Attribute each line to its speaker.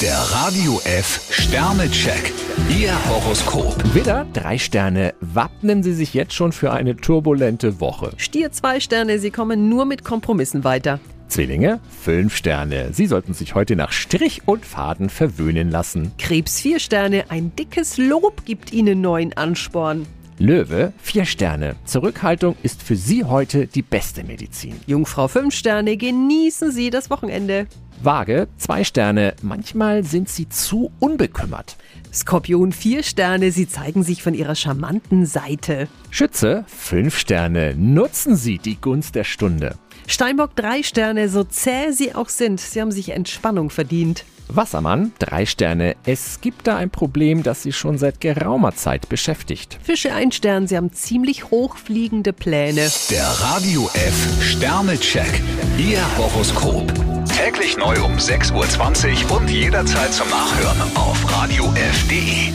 Speaker 1: Der Radio F Sternecheck. Ihr Horoskop.
Speaker 2: Widder, drei Sterne. Wappnen Sie sich jetzt schon für eine turbulente Woche.
Speaker 3: Stier zwei Sterne, Sie kommen nur mit Kompromissen weiter.
Speaker 2: Zwillinge, fünf Sterne. Sie sollten sich heute nach Strich und Faden verwöhnen lassen.
Speaker 3: Krebs vier Sterne, ein dickes Lob gibt Ihnen neuen Ansporn.
Speaker 2: Löwe, vier Sterne. Zurückhaltung ist für Sie heute die beste Medizin.
Speaker 3: Jungfrau fünf Sterne, genießen Sie das Wochenende.
Speaker 2: Waage, zwei Sterne. Manchmal sind Sie zu unbekümmert.
Speaker 3: Skorpion vier Sterne, Sie zeigen sich von Ihrer charmanten Seite.
Speaker 2: Schütze, fünf Sterne. Nutzen Sie die Gunst der Stunde.
Speaker 3: Steinbock drei Sterne, so zäh Sie auch sind, Sie haben sich Entspannung verdient.
Speaker 2: Wassermann, drei Sterne. Es gibt da ein Problem, das Sie schon seit geraumer Zeit beschäftigt.
Speaker 3: Fische ein Stern, Sie haben ziemlich hochfliegende Pläne.
Speaker 1: Der Radio F Sternecheck. Ihr Horoskop. Täglich neu um 6.20 Uhr und jederzeit zum Nachhören auf Radio radiof.de.